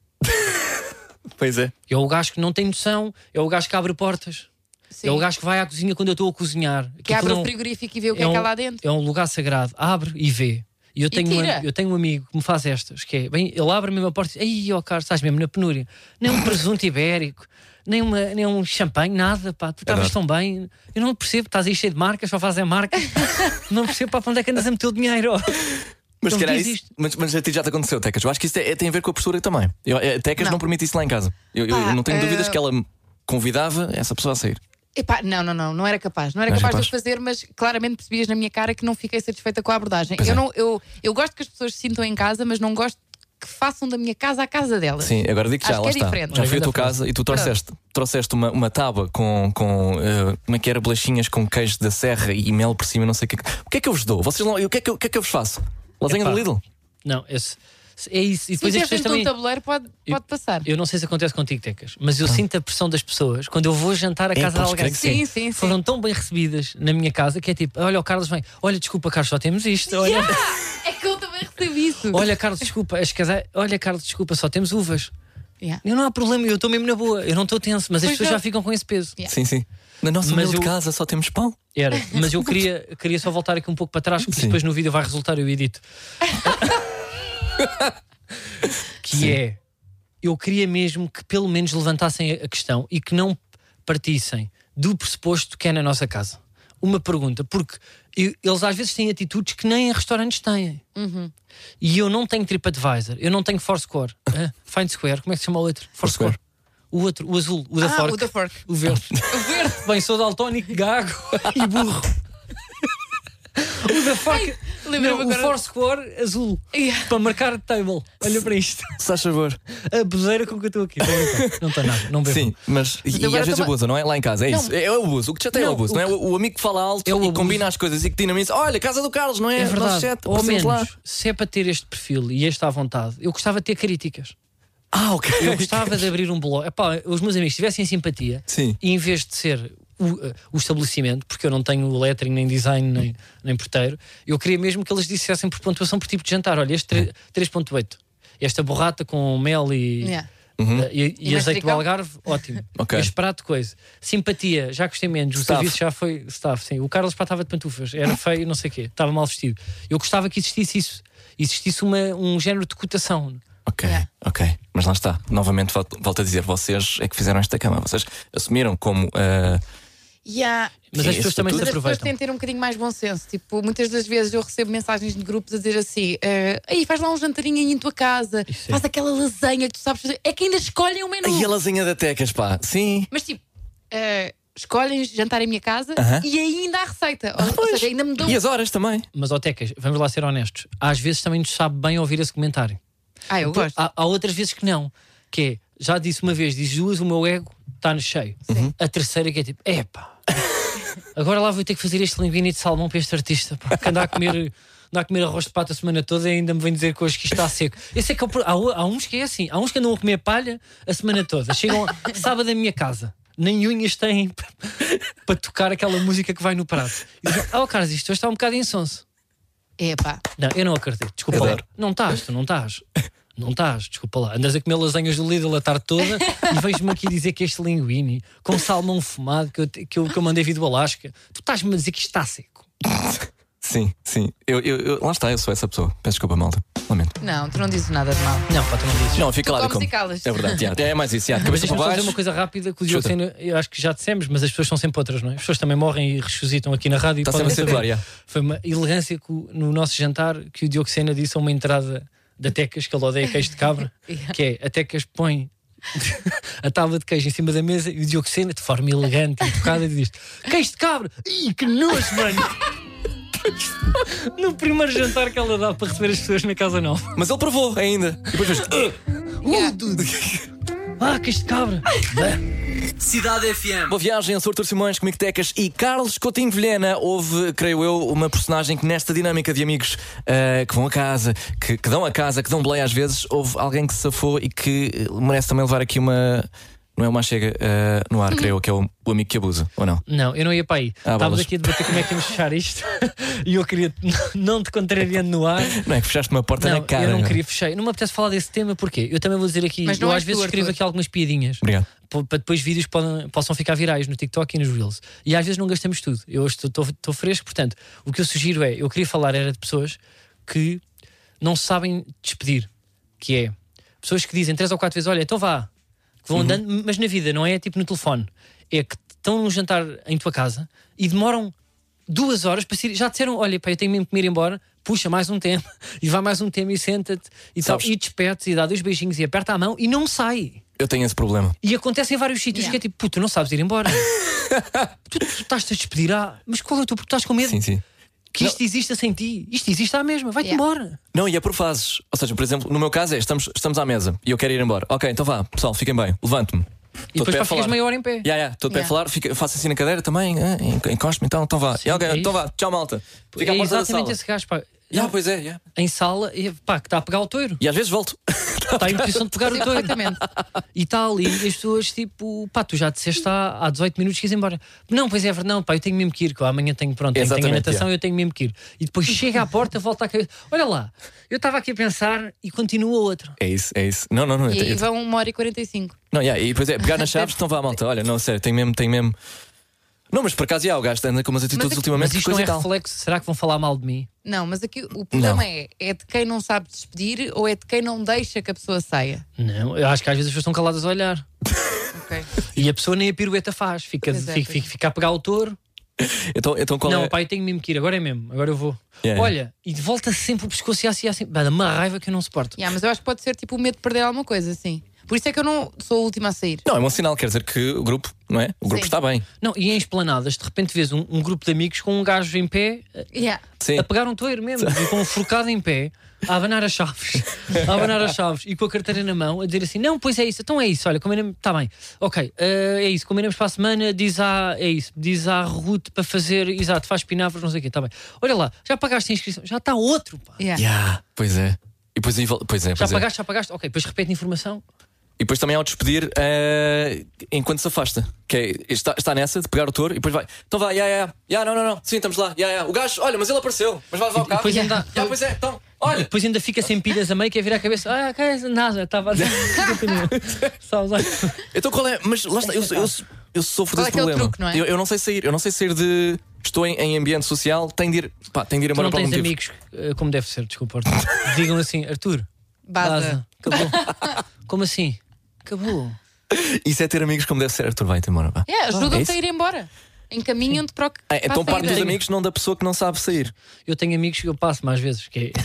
Speaker 4: Pois é.
Speaker 3: É o gajo que não tem noção, é o gajo que abre portas,
Speaker 5: Sim.
Speaker 3: é o gajo que vai à cozinha quando eu estou a cozinhar.
Speaker 5: que abre
Speaker 3: Aquilo
Speaker 5: o
Speaker 3: não-
Speaker 5: frigorífico e vê o que é,
Speaker 3: é um,
Speaker 5: que há lá dentro.
Speaker 3: é um lugar sagrado. Abre e vê. E eu tenho, um,
Speaker 5: tira.
Speaker 3: eu tenho um amigo que me faz estas, que é, bem, ele abre mesmo a porta e diz, ai, ó Carlos, estás mesmo na penúria. Nem um presunto ibérico, nem, uma, nem um champanhe, nada, pá, tu estavas tão bem. Eu não percebo, estás aí cheio de marcas, só fazem marcas. não percebo, pá, para onde é que andas a meter o dinheiro? ó?
Speaker 4: Mas,
Speaker 5: Então
Speaker 3: Não
Speaker 4: se calhar
Speaker 3: diz
Speaker 4: isso,
Speaker 3: isto.
Speaker 4: mas, mas a ti já te aconteceu, Tecas. Eu acho que isso é- é- tem a ver com a postura também. Eu, é, a Tecas não. permite isso lá em casa. Eu, eu-
Speaker 5: Pá,
Speaker 4: eu não tenho
Speaker 5: eh,
Speaker 4: dúvidas que ela me convidava essa pessoa a sair.
Speaker 5: Epá, não, não, não, não era capaz. Não era
Speaker 4: Não era
Speaker 5: capaz, de
Speaker 4: capaz.
Speaker 5: o fazer, mas claramente percebias na minha cara que não fiquei satisfeita com a abordagem.
Speaker 4: Pois
Speaker 5: Eu,
Speaker 4: é.
Speaker 5: não, eu, eu gosto que as pessoas se sintam em casa, mas não gosto que façam da minha casa a casa delas.
Speaker 4: Sim, agora digo
Speaker 5: Acho
Speaker 4: já,
Speaker 5: que
Speaker 4: lá
Speaker 5: é
Speaker 4: está.
Speaker 5: diferente.
Speaker 4: Já
Speaker 3: Olha,
Speaker 4: fui à tua
Speaker 3: grande frase.
Speaker 4: casa e tu trouxeste, trouxeste uma, uma tábua com, com eh, como é que era, bolachinhas com queijo da serra e mel por cima, não sei o que. é que- O que é que eu vos dou? Vocês não, e o, que é que eu, o que é que eu vos faço? Lasanha
Speaker 3: Epá.
Speaker 4: do Lidl?
Speaker 3: Não, esse- é isso. E
Speaker 5: Se
Speaker 3: depois as pessoas
Speaker 5: tiveres dentro
Speaker 3: também.
Speaker 5: de um tabuleiro, pode,
Speaker 3: Eu-
Speaker 5: pode passar.
Speaker 3: Eu não sei se acontece contigo, Tecas, mas eu sinto a pressão das pessoas quando eu vou jantar a
Speaker 4: É,
Speaker 3: casa de
Speaker 4: podes
Speaker 3: alguém.
Speaker 4: crer que
Speaker 5: sim. Sim, sim, sim.
Speaker 3: Foram tão bem recebidas na minha casa que é tipo: olha, o Carlos vem, olha, desculpa, Carlos, só temos isto. Olha,
Speaker 5: É que eu também recebi isso.
Speaker 3: olha Carlos, desculpa, as casa... olha, Carlos, desculpa, só temos uvas.
Speaker 5: Yeah.
Speaker 3: Eu não há problema, eu estou mesmo na boa, eu não estou tenso, mas as
Speaker 5: Pois
Speaker 3: pessoas
Speaker 5: não.
Speaker 3: já ficam com esse peso.
Speaker 5: Yeah.
Speaker 4: Sim, sim. Na nossa
Speaker 3: Mas
Speaker 4: mesa de
Speaker 3: eu-
Speaker 4: casa só temos pão?
Speaker 3: Era, mas eu queria, queria só voltar aqui um pouco para trás, porque
Speaker 4: Sim.
Speaker 3: depois no vídeo vai resultar, eu edito. que é. eu queria mesmo que pelo menos levantassem a questão e que não partissem do pressuposto que é na nossa casa. Uma pergunta, porque eu- eles às vezes têm atitudes que nem em restaurantes têm.
Speaker 5: Uhum.
Speaker 3: E eu não tenho TripAdvisor, eu não tenho Foursquare, Hã? Find Square, como é que se chama o outro? Foursquare. O outro, o azul, o da
Speaker 5: Ah,
Speaker 3: Fork.
Speaker 5: o da Fork.
Speaker 3: O verde.
Speaker 5: O verde.
Speaker 3: Bem, sou daltónico, gago e burro. o da Fork.
Speaker 5: lembrei-me
Speaker 3: não, o
Speaker 5: agora-
Speaker 3: Foursquare azul.
Speaker 5: Yeah.
Speaker 3: Para marcar table. Olha para isto.
Speaker 4: Se faz favor.
Speaker 3: A bezeira com que eu estou aqui. Tô a brincar. Não está nada, não bebo.
Speaker 4: Sim, mas. E, e
Speaker 5: agora
Speaker 4: às vezes
Speaker 5: também-
Speaker 4: abusa, não é? Lá em casa, é isso. É, é o abuso. O que já tem é o
Speaker 3: Não,
Speaker 4: abuso,
Speaker 3: o
Speaker 4: não é?
Speaker 3: que-
Speaker 4: O, o amigo que fala alto
Speaker 3: É
Speaker 4: e
Speaker 3: o abuso.
Speaker 4: combina as coisas e que dinamiza. Olha, casa do Carlos, não é?
Speaker 3: É
Speaker 4: Nós
Speaker 3: verdade.
Speaker 4: sete,
Speaker 3: Ou
Speaker 4: aparecemos lá.
Speaker 3: menos, se é para ter este perfil e este à vontade, eu gostava de ter críticas.
Speaker 4: Ah, ok.
Speaker 3: Eu gostava de abrir um blog. Epá, os meus amigos tivessem simpatia
Speaker 4: Sim.
Speaker 3: e em vez de ser o, eh, o estabelecimento, porque eu não tenho lettering, nem design, nem, nem porteiro, eu queria mesmo que eles dissessem por pontuação por tipo de jantar: olha, este tre- 3,8, esta borrata com mel e.
Speaker 5: Yeah.
Speaker 3: eh, E, e
Speaker 5: E
Speaker 3: azeite do
Speaker 5: manjericão?
Speaker 3: Algarve, ótimo.
Speaker 4: Uhum. Ok.
Speaker 3: Este prato de coisa. Simpatia, já gostei menos. O
Speaker 4: Staff.
Speaker 3: serviço já foi staff, sim. O Carlos pá, estava de pantufas, era feio, não sei o quê, estava mal vestido. Eu gostava que existisse isso. Existisse uma, um género de cotação.
Speaker 4: Ok,
Speaker 5: Yeah.
Speaker 4: ok. Mas lá está. Novamente, vol- volto a dizer, vocês é que fizeram esta cama. Vocês assumiram como. ah,
Speaker 5: Yeah.
Speaker 3: Mas
Speaker 4: Sim,
Speaker 3: as pessoas
Speaker 4: isso
Speaker 3: também
Speaker 4: tudo.
Speaker 3: se
Speaker 5: Mas as pessoas
Speaker 3: aproveitam.
Speaker 5: têm de ter um bocadinho mais bom senso. Tipo, muitas das vezes eu recebo mensagens de grupos a dizer assim: eh, aí faz lá um jantarinho aí em tua casa,
Speaker 3: Isso é.
Speaker 5: faz aquela lasanha que tu sabes fazer. É que ainda escolhem o menu.
Speaker 4: E a lasanha da Tecas, pá. Sim.
Speaker 5: Mas tipo, eh, escolhem jantar em minha casa
Speaker 4: Aham.
Speaker 5: e ainda há receita. Ou- ou,
Speaker 4: Pois.
Speaker 5: seja, ainda me dão.
Speaker 4: E as horas também.
Speaker 3: Mas, ó, Tecas, vamos lá ser honestos. Às vezes também nos sabe bem ouvir esse comentário.
Speaker 5: Ah, eu gosto.
Speaker 3: Há, há outras vezes que não. Que é, já disse uma vez, diz duas, o meu ego está no cheio. A terceira que é tipo, epá, agora lá vou ter que fazer este linguine de salmão para este artista, pá, que anda a comer. Andar a comer arroz de pato a semana toda e ainda me vem dizer que hoje que isto está seco. Esse é que é o pro- há, o- há uns que é assim, há uns que andam a comer palha a semana toda. Chegam sábado à minha casa, nem unhas têm para, para tocar aquela música que vai no prato. E dizem, oh, Carlos, isto hoje está um bocado insonso.
Speaker 5: É pá.
Speaker 3: Não, eu não acredito. Desculpa
Speaker 4: Eu
Speaker 3: lá.
Speaker 4: adoro.
Speaker 3: Não estás, tu não estás. Não estás, desculpa lá. Andas a comer lasanhas do Lidl a tarde toda e vejo-me aqui dizer que este linguine com salmão fumado que eu, te- que eu, que eu mandei vir do Alasca, tu estás-me a dizer que isto está seco.
Speaker 4: Sim, sim. Eu, eu- eu- lá está, eu sou essa pessoa. Peço desculpa, malta. Lamento.
Speaker 5: Não, tu não dizes nada de mal.
Speaker 3: Não, pá, tu não dizes.
Speaker 4: Não, fica
Speaker 5: Tu
Speaker 4: lá
Speaker 5: comes e calas.
Speaker 4: É verdade, já, é mais isso. já.
Speaker 3: Mas
Speaker 4: Cabeça para
Speaker 3: deixa-me só dizer uma
Speaker 4: baixo.
Speaker 3: coisa rápida que o Diogo
Speaker 4: Chuta.
Speaker 3: tem, eu acho que já dissemos, mas as pessoas são sempre outras, não é? As pessoas também morrem e ressuscitam aqui na rádio. e
Speaker 4: Está
Speaker 3: podem
Speaker 4: sempre a circular,
Speaker 3: saber.
Speaker 4: já.
Speaker 3: Foi uma elegância que o- no nosso jantar que o Diogo Sena disse a uma entrada da Tecas, que ele odeia queijo de cabra, que é a Tecas põe a tábua de queijo em cima da mesa e o Diogo Sena, de forma elegante e tocada, diz: Queijo de cabra! Ih, que nojo, mano! No primeiro jantar que ela dá para receber as pessoas na casa nova.
Speaker 4: Mas ele provou ainda. E depois fez. "Ugh,
Speaker 3: Ah, queijo de cabra!
Speaker 1: Cidade FM.
Speaker 4: Boa viagem, eu sou Artur Simões, comigo Tecas e Carlos Coutinho Vilhena. Houve, creio eu, uma personagem que nesta dinâmica de amigos ah, que vão a casa, que, que dão a casa, que dão play às vezes, houve alguém que se safou e que eh, merece também levar aqui uma. Não é uma chega ah, no ar, creio eu, que é o, o amigo que abusa, ou não?
Speaker 3: Não, eu não ia para aí.
Speaker 4: Ah,
Speaker 3: Estávamos
Speaker 4: bolas.
Speaker 3: aqui a debater como é que íamos fechar isto e eu queria, não te contrariando no ar,
Speaker 4: Não é que fechaste uma porta
Speaker 3: não,
Speaker 4: na cara.
Speaker 3: eu não
Speaker 4: meu.
Speaker 3: queria fechar. Não me apetece falar desse tema, porquê? Eu também vou dizer aqui,
Speaker 5: Mas não é
Speaker 3: eu
Speaker 5: és
Speaker 3: às vezes
Speaker 5: tu,
Speaker 3: escrevo
Speaker 5: Arthur.
Speaker 3: aqui algumas piadinhas
Speaker 4: Obrigado.
Speaker 3: po- para depois vídeos podem- possam ficar virais no TikTok e nos Reels. E às vezes não gastamos tudo. Eu hoje estou- estou estou fresco, portanto, o que eu sugiro é, eu queria falar era de pessoas que não sabem despedir, que é pessoas que dizem três ou quatro vezes, olha, então vá, que vão andando, mas na vida, não é tipo no telefone. É que estão num jantar em tua casa e demoram duas horas para sair. Já disseram, olha, pá, eu tenho mesmo que me ir embora, puxa mais um tema, e vai mais um tema e senta-te e, tal,
Speaker 4: Sabes-
Speaker 3: e despede-se e dá dois beijinhos e aperta a mão e não sai.
Speaker 4: Eu tenho esse problema.
Speaker 3: E acontece em vários sítios
Speaker 5: Yeah.
Speaker 3: que é tipo, puto, não sabes ir embora. tu, tu estás-te a despedir, ah, mas qual é o teu problema? Estás com medo
Speaker 4: Sim, sim.
Speaker 3: que isto exista sem ti? Isto existe à mesma, vai-te
Speaker 5: Yeah.
Speaker 3: embora.
Speaker 4: Não, e é por fases. Ou seja, por exemplo, no meu caso é estamos, estamos à mesa e eu quero ir embora. Ok, então vá, pessoal, fiquem bem, levanto-me.
Speaker 3: E depois pá, ficas meia hora em pé.
Speaker 4: Já, já, estou de pé a
Speaker 5: Yeah.
Speaker 4: falar, fica- faço assim na cadeira também, ah, en- encosto-me, então, então vá.
Speaker 3: Sim,
Speaker 4: Yeah, ok,
Speaker 3: é isso.
Speaker 4: então vá, tchau malta. Fica à
Speaker 3: é
Speaker 4: porta da
Speaker 3: exatamente
Speaker 4: sala.
Speaker 3: esse gajo, pá.
Speaker 4: Yeah, pois é, yeah.
Speaker 3: Em sala, e, pá, que está a pegar o toiro.
Speaker 4: E às vezes volto.
Speaker 3: Está em posição de pegar o toiro.
Speaker 5: Perfeitamente.
Speaker 3: E tal, e as pessoas tipo, pá, tu já disseste há, há 18 minutos que ias embora. Não, pois é, verdade, não, pá, eu tenho mesmo que ir, que eu amanhã tenho, pronto, tenho, tenho a
Speaker 4: Exatamente,
Speaker 3: natação,
Speaker 4: yeah.
Speaker 3: eu tenho mesmo que ir. E depois chega à porta, volta à cabeça. Olha lá, eu estava aqui a pensar e continua outra.
Speaker 4: É isso, é isso. Não, não, não. eu
Speaker 5: E
Speaker 4: tenho-
Speaker 5: aí
Speaker 4: eu-
Speaker 5: vão uma hora e 45.
Speaker 4: Não, yeah, e depois é pegar nas chaves, então vá malta. Olha, não, sério, tenho mesmo, tenho mesmo. Não, mas por acaso já, o gajo anda com umas atitudes
Speaker 5: aqui-
Speaker 4: ultimamente
Speaker 3: Mas
Speaker 4: de
Speaker 3: isto não
Speaker 4: coisa e
Speaker 3: é
Speaker 4: tal.
Speaker 3: reflexo. Será que vão falar mal de mim?
Speaker 5: Não, mas aqui o problema é: é de quem não sabe despedir ou é de quem não deixa que a pessoa saia?
Speaker 3: Não, eu acho que às vezes as pessoas estão caladas a olhar.
Speaker 5: Ok.
Speaker 3: E a pessoa nem a pirueta faz. Fica,
Speaker 5: Pois é,
Speaker 3: fica,
Speaker 5: pois é.
Speaker 3: fica, fica a pegar o touro.
Speaker 4: Então, então qual
Speaker 3: não,
Speaker 4: é?
Speaker 3: pai, tenho mesmo que ir. Agora é mesmo. Agora eu vou.
Speaker 4: Yeah.
Speaker 3: Olha, e volta sempre o pescoço e assim, assim. Dá uma raiva que eu não suporto.
Speaker 5: Yeah, mas eu acho que pode ser tipo o medo de perder alguma coisa, assim. Por isso é que eu não sou a última a sair.
Speaker 4: Não, é um sinal, quer dizer que o grupo, não é? O grupo
Speaker 5: Sim.
Speaker 4: está bem.
Speaker 3: Não, e em esplanadas, de repente vês um, um grupo de amigos com um gajo em pé
Speaker 5: Yeah.
Speaker 4: Sim.
Speaker 3: a pegar um toeiro mesmo, e com um forcado em pé, a abanar as chaves, a abanar as chaves e com a carteira na mão, a dizer assim: Não, pois é isso, então é isso, olha, combinamos, está bem, ok, eh, é isso, combinamos para a semana, diz à, é isso, diz à Ruth para fazer, exato, faz pinavros, não sei o quê, está bem. Olha lá, já pagaste a inscrição, já está outro, pá.
Speaker 5: Yeah.
Speaker 4: Yeah, pois é. E depois, aí vol- pois é,
Speaker 3: Já
Speaker 4: pois é.
Speaker 3: pagaste, já pagaste, ok, depois repete a informação.
Speaker 4: E depois também ao despedir eh, enquanto se afasta. Que é, está, está nessa de pegar o touro e depois vai. Então vai, yeah, yeah, yeah, não, não, não. Sim, estamos lá. Yeah, yeah. O gajo, olha, mas ele apareceu. Mas vai levar o carro.
Speaker 3: depois
Speaker 4: yeah.
Speaker 3: ainda-
Speaker 4: Yeah, pois é, então,
Speaker 3: E
Speaker 4: olha.
Speaker 3: depois ainda fica sem pilhas a meio, que é virar a cabeça, ah, ok, nada, estava a Só usar.
Speaker 4: Então qual é? Mas lá está, eu, eu, eu sofro
Speaker 5: Qual
Speaker 4: desse
Speaker 5: é que é o
Speaker 4: problema.
Speaker 5: truque, não é?
Speaker 4: eu, eu não sei sair, eu não sei sair de. Estou em, em ambiente social, tenho de ir, pá, tenho de ir
Speaker 3: Tu
Speaker 4: embora
Speaker 3: não
Speaker 4: para algum
Speaker 3: tens
Speaker 4: motivo.
Speaker 3: amigos, eh, como deve ser, desculpa, Arthur. Digam assim, Arthur,
Speaker 5: Baza.
Speaker 3: Baza. Acabou. Como assim? Acabou.
Speaker 4: Isso é ter amigos como deve ser, Arthur, vai-te embora. Vá. Ah,
Speaker 5: Yeah,
Speaker 4: é
Speaker 5: Ajudam-te
Speaker 4: isso?
Speaker 5: a ir embora. Encaminham-te para o que.
Speaker 4: Ah, então
Speaker 5: para É, a
Speaker 4: parte dos
Speaker 5: saída.
Speaker 4: amigos, não da pessoa que não sabe sair.
Speaker 3: Eu tenho amigos que eu passo mais vezes, que é-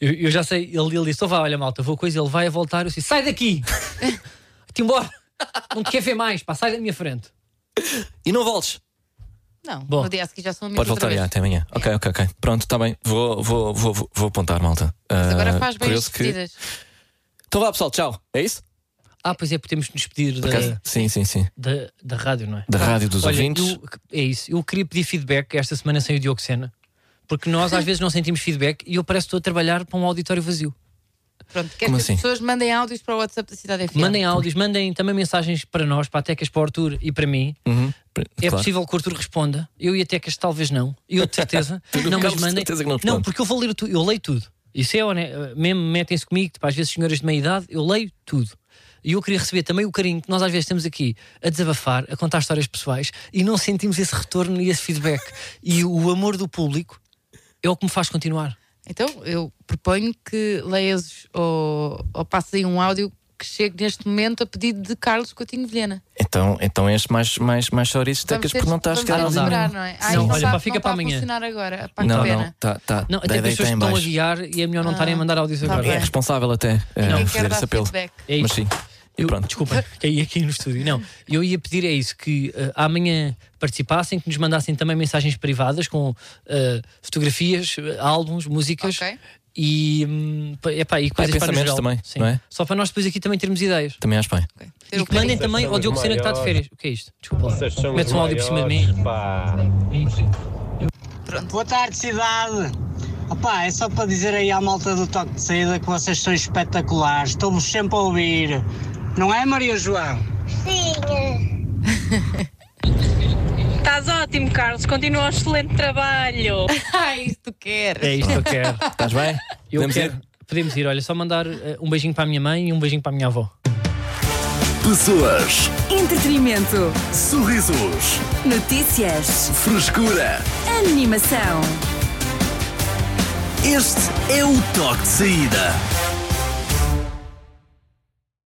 Speaker 3: eu, eu já sei, ele, ele disse: "Então vá, olha, malta, vou coisa, ele vai a voltar, eu disse, sai daqui! Te embora! Não te quer ver mais, pá, sai da minha frente.
Speaker 4: E não voltes.
Speaker 5: Não,
Speaker 3: Bom.
Speaker 5: no dia a seguir já são amigos.
Speaker 4: Pode voltar
Speaker 5: outra vez. É.
Speaker 4: já, até amanhã. Ok, ok, ok. Pronto, está bem. Vou, vou, vou, vou, vou apontar, malta.
Speaker 5: Mas
Speaker 4: Ah,
Speaker 5: agora faz bem as
Speaker 4: curioso que-
Speaker 5: despedidas.
Speaker 4: Então vá, pessoal, tchau. É isso?
Speaker 3: Ah, pois é, podemos nos pedir
Speaker 4: Por
Speaker 3: da,
Speaker 4: acaso? Sim, sim, sim.
Speaker 3: da, da rádio, não é?
Speaker 4: Da rádio dos
Speaker 3: Olha,
Speaker 4: ouvintes.
Speaker 3: eu- é isso. Eu queria pedir feedback esta semana sem o Diogo Sena, porque nós às vezes não sentimos feedback e eu parece que estou a trabalhar para um auditório vazio.
Speaker 5: Pronto, quer
Speaker 4: Como
Speaker 5: que
Speaker 4: assim?
Speaker 5: as pessoas mandem áudios para o WhatsApp da Cidade FM.
Speaker 3: Mandem áudios, mandem também mensagens para nós, para a Tecas, para o Arthur e para mim.
Speaker 4: Uhum.
Speaker 3: É
Speaker 4: Claro.
Speaker 3: possível que o Arthur responda. Eu e a Tecas talvez não. Eu de certeza.
Speaker 4: no
Speaker 3: não, mas
Speaker 4: caso, de
Speaker 3: mandem.
Speaker 4: certeza que não responde.
Speaker 3: não, porque eu vou ler tudo. Eu leio tudo. Isso é honesto. Mesmo metem-se comigo, tipo, às vezes senhoras de meia idade, eu leio tudo. E eu queria receber também o carinho que nós às vezes temos aqui a desabafar, a contar histórias pessoais e não sentimos esse retorno e esse feedback. E o amor do público é o que me faz continuar.
Speaker 5: Então eu proponho que leias ou, ou passes aí um áudio que chegue neste momento a pedido de Carlos Coutinho Vilhena.
Speaker 4: Então, então és mais, mais, mais chorizes
Speaker 5: Vamos
Speaker 4: tecas
Speaker 5: ter-
Speaker 4: porque não tá estás calado.
Speaker 5: vamos ter de
Speaker 3: não dá.
Speaker 5: esperar, não é? Ai,
Speaker 3: Não, olha,
Speaker 5: tá-
Speaker 3: pá, fica
Speaker 5: não
Speaker 3: para
Speaker 5: tá a
Speaker 3: amanhã.
Speaker 5: funcionar agora. Pá, que
Speaker 4: Não, não,
Speaker 5: pena.
Speaker 4: tá, tá.
Speaker 3: Não, até
Speaker 4: Daí-
Speaker 3: que
Speaker 4: daí
Speaker 3: as pessoas
Speaker 4: tá em
Speaker 3: estão a
Speaker 4: baixo.
Speaker 3: guiar e é melhor não estarem a mandar áudios
Speaker 5: tá
Speaker 3: agora.
Speaker 5: bem.
Speaker 4: É responsável até eh,
Speaker 5: Ninguém quer
Speaker 4: fazer
Speaker 5: dar
Speaker 4: esse apelo.
Speaker 5: feedback.
Speaker 3: É
Speaker 4: Mas
Speaker 3: isso.
Speaker 4: sim. E
Speaker 3: Eu,
Speaker 4: pronto.
Speaker 3: desculpa, caí aqui no estúdio. Não, eu ia pedir é isso: que eh, amanhã participassem, que nos mandassem também mensagens privadas com eh, fotografias, eh, álbuns, músicas
Speaker 5: Ok.
Speaker 3: e, hum, pa- epá, e coisas para nos
Speaker 4: pensamentos
Speaker 3: geral.
Speaker 4: também,
Speaker 3: Sim.
Speaker 4: não é?
Speaker 3: Só para nós depois aqui também termos ideias.
Speaker 4: Também acho bem.
Speaker 5: Ok. Ter
Speaker 3: E
Speaker 5: o
Speaker 3: que mandem
Speaker 5: carinho.
Speaker 3: também ao Diogo Sena que está de férias. O que é isto? Desculpa. lá.
Speaker 7: Vocês são os
Speaker 3: Mete um áudio por cima de mim.
Speaker 7: maiores, pá.
Speaker 8: Boa tarde, cidade. Opá, é só para dizer aí à malta do toque de saída que vocês são espetaculares. Estou-vos sempre a ouvir. Não é, Maria João?
Speaker 9: Estás ótimo, Carlos. Continua um excelente trabalho.
Speaker 5: Ah, isso tu queres.
Speaker 3: É isto que eu quero.
Speaker 4: Estás bem?
Speaker 3: Eu
Speaker 4: Podemos
Speaker 3: quero.
Speaker 4: ir?
Speaker 3: Podemos ir, olha, só mandar eh, um beijinho para a minha mãe e um beijinho para a minha avó.
Speaker 1: Pessoas,
Speaker 2: Entretenimento.
Speaker 1: sorrisos,
Speaker 2: Notícias.
Speaker 1: frescura.
Speaker 2: Animação.
Speaker 1: Este é o toque de saída.